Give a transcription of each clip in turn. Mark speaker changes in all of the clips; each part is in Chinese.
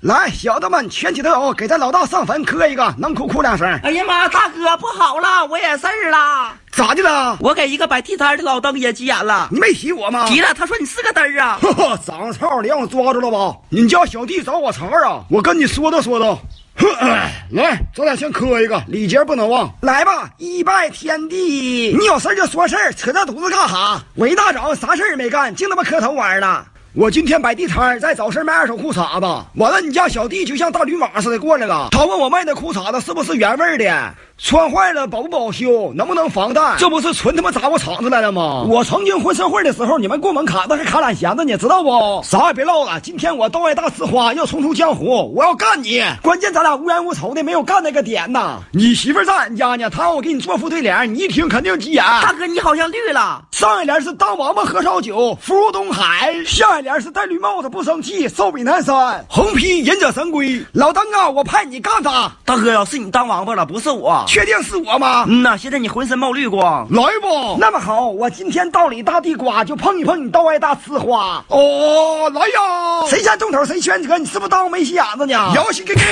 Speaker 1: 来，小子们，全体都有，给咱老大上坟磕一个，能哭哭两声。
Speaker 2: 哎呀妈，大哥不好了，我也事儿了，
Speaker 1: 咋的了？
Speaker 2: 我给一个摆地摊的老登也急眼了，
Speaker 1: 你没提我吗？
Speaker 2: 急了，他说你是个嘚儿啊！
Speaker 1: 呵呵，长操，你让我抓住了吧？你家小弟找我茬儿啊？我跟你说道说道。哼，哎来，咱俩先磕一个，礼节不能忘。来吧，一拜天地。你有事儿就说事儿，扯这犊子干哈？我一大早啥事儿也没干，净他妈磕头玩儿了。我今天摆地摊儿，在早市卖二手裤衩子。完了，你家小弟就像大驴马似的过来了，他问我卖的裤衩子是不是原味儿的，穿坏了保不保修，能不能防弹？这不是纯他妈砸我场子来了吗？我曾经混社会的时候，你们过门槛那是卡懒闲的，你知道不？啥也别唠了，今天我道爱大呲花，要重出江湖，我要干你！关键咱俩无冤无仇的，没有干那个点呐。你媳妇儿在俺家呢，她让我给你做副对联，你一听肯定急眼。
Speaker 2: 大哥，你好像绿了，
Speaker 1: 上一联是当王八喝烧酒，福如东海；下一联是戴绿帽子不生气，寿比南山。横批忍者神龟。老邓啊，我派你干他，
Speaker 2: 大哥要是你当王八了，不是我。
Speaker 1: 确定是我吗？
Speaker 2: 嗯呐，现在你浑身冒绿光，
Speaker 1: 来吧，那么好，我今天到李大地瓜就碰一碰你道外大呲花。哦，来呀，谁先动头谁先扯，你是不是当我没心眼子呢？摇起给给，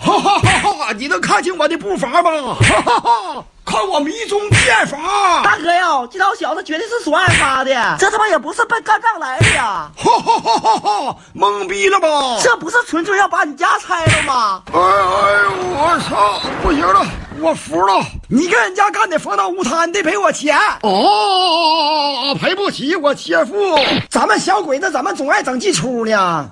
Speaker 1: 哈哈哈哈！你能看清我的步伐吗？哈哈哈！看我迷踪剑法。
Speaker 2: 大哥呀，这老小子绝对是所案发的，这他妈也不是奔干仗来的呀，
Speaker 1: 哈哈哈哈哈！懵逼了吧？
Speaker 2: 这不是纯粹要把你家拆了吗？
Speaker 1: 哎哎，我操，不行了，我服了！你跟人家干的防盗无他，你得赔我钱。哦，赔不起，我切腹。咱们小鬼子怎么总爱整这出呢？